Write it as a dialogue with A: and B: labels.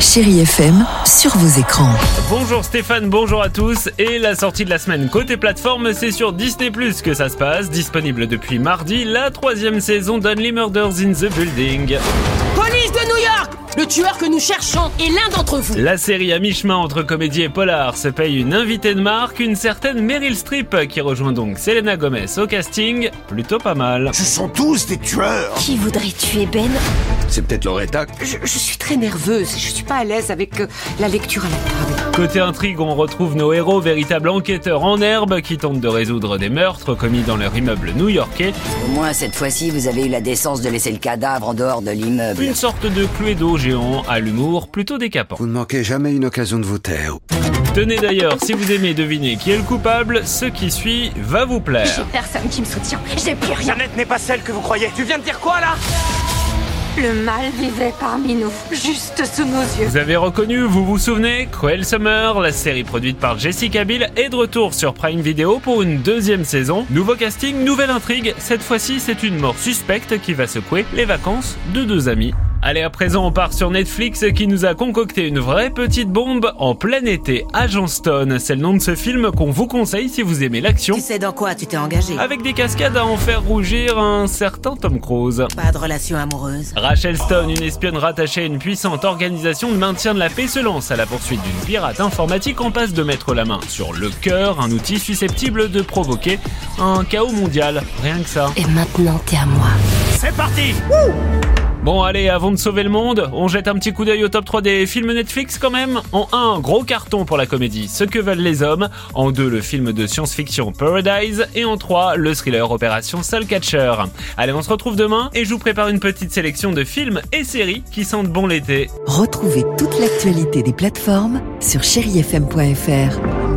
A: Chérie FM, sur vos écrans.
B: Bonjour Stéphane, bonjour à tous. Et la sortie de la semaine côté plateforme, c'est sur Disney Plus que ça se passe. Disponible depuis mardi, la troisième saison d'Only Murders in the Building.
C: Police de New York Le tueur que nous cherchons est l'un d'entre vous
B: La série à mi-chemin entre comédie et polar se paye une invitée de marque, une certaine Meryl Streep, qui rejoint donc Selena Gomez au casting. Plutôt pas mal.
D: Ce sont tous des tueurs
E: Qui voudrait tuer Ben
D: C'est peut-être Loretta.
F: Je, je suis très nerveuse, je suis pas à l'aise avec euh, la lecture à la table.
B: Côté intrigue, on retrouve nos héros, véritables enquêteurs en herbe, qui tentent de résoudre des meurtres commis dans leur immeuble new-yorkais.
G: Au moins, cette fois-ci, vous avez eu la décence de laisser le cadavre en dehors de l'immeuble.
B: Une sorte de cluedo géant à l'humour plutôt décapant.
H: Vous ne manquez jamais une occasion de vous taire.
B: Tenez d'ailleurs, si vous aimez deviner qui est le coupable, ce qui suit va vous plaire.
E: J'ai personne qui me soutient, j'ai plus rien.
I: Jeannette n'est pas celle que vous croyez. Tu viens de dire quoi là
E: Le mal vivait parmi nous, juste sous nos yeux.
B: Vous avez reconnu, vous vous souvenez, Cruel Summer, la série produite par Jessica Biel est de retour sur Prime Video pour une deuxième saison. Nouveau casting, nouvelle intrigue. Cette fois-ci, c'est une mort suspecte qui va secouer les vacances de deux amis. Allez, à présent, on part sur Netflix qui nous a concocté une vraie petite bombe en plein été. Agenstone, c'est le nom de ce film qu'on vous conseille si vous aimez l'action,
J: Tu sais dans quoi tu t'es engagé
B: avec des cascades à en faire rougir un certain Tom Cruise.
J: Pas de relation amoureuse.
B: Rachel Stone, une espionne rattachée à une puissante organisation de maintien de la paix, se lance à la poursuite d'une pirate informatique en passe de mettre la main sur le cœur, un outil susceptible de provoquer un chaos mondial. Rien que ça.
E: Et maintenant, t'es à moi.
I: C'est parti
B: Bon allez, avant de sauver le monde, on jette un petit coup d'œil au top 3 des films Netflix quand même. En 1, gros carton pour la comédie Ce que veulent les hommes. En 2, le film de science-fiction Paradise. Et en 3, le thriller Opération Soulcatcher. Allez, on se retrouve demain et je vous prépare une petite sélection de films et séries qui sentent bon l'été.
A: Retrouvez toute l'actualité des plateformes sur chérifm.fr.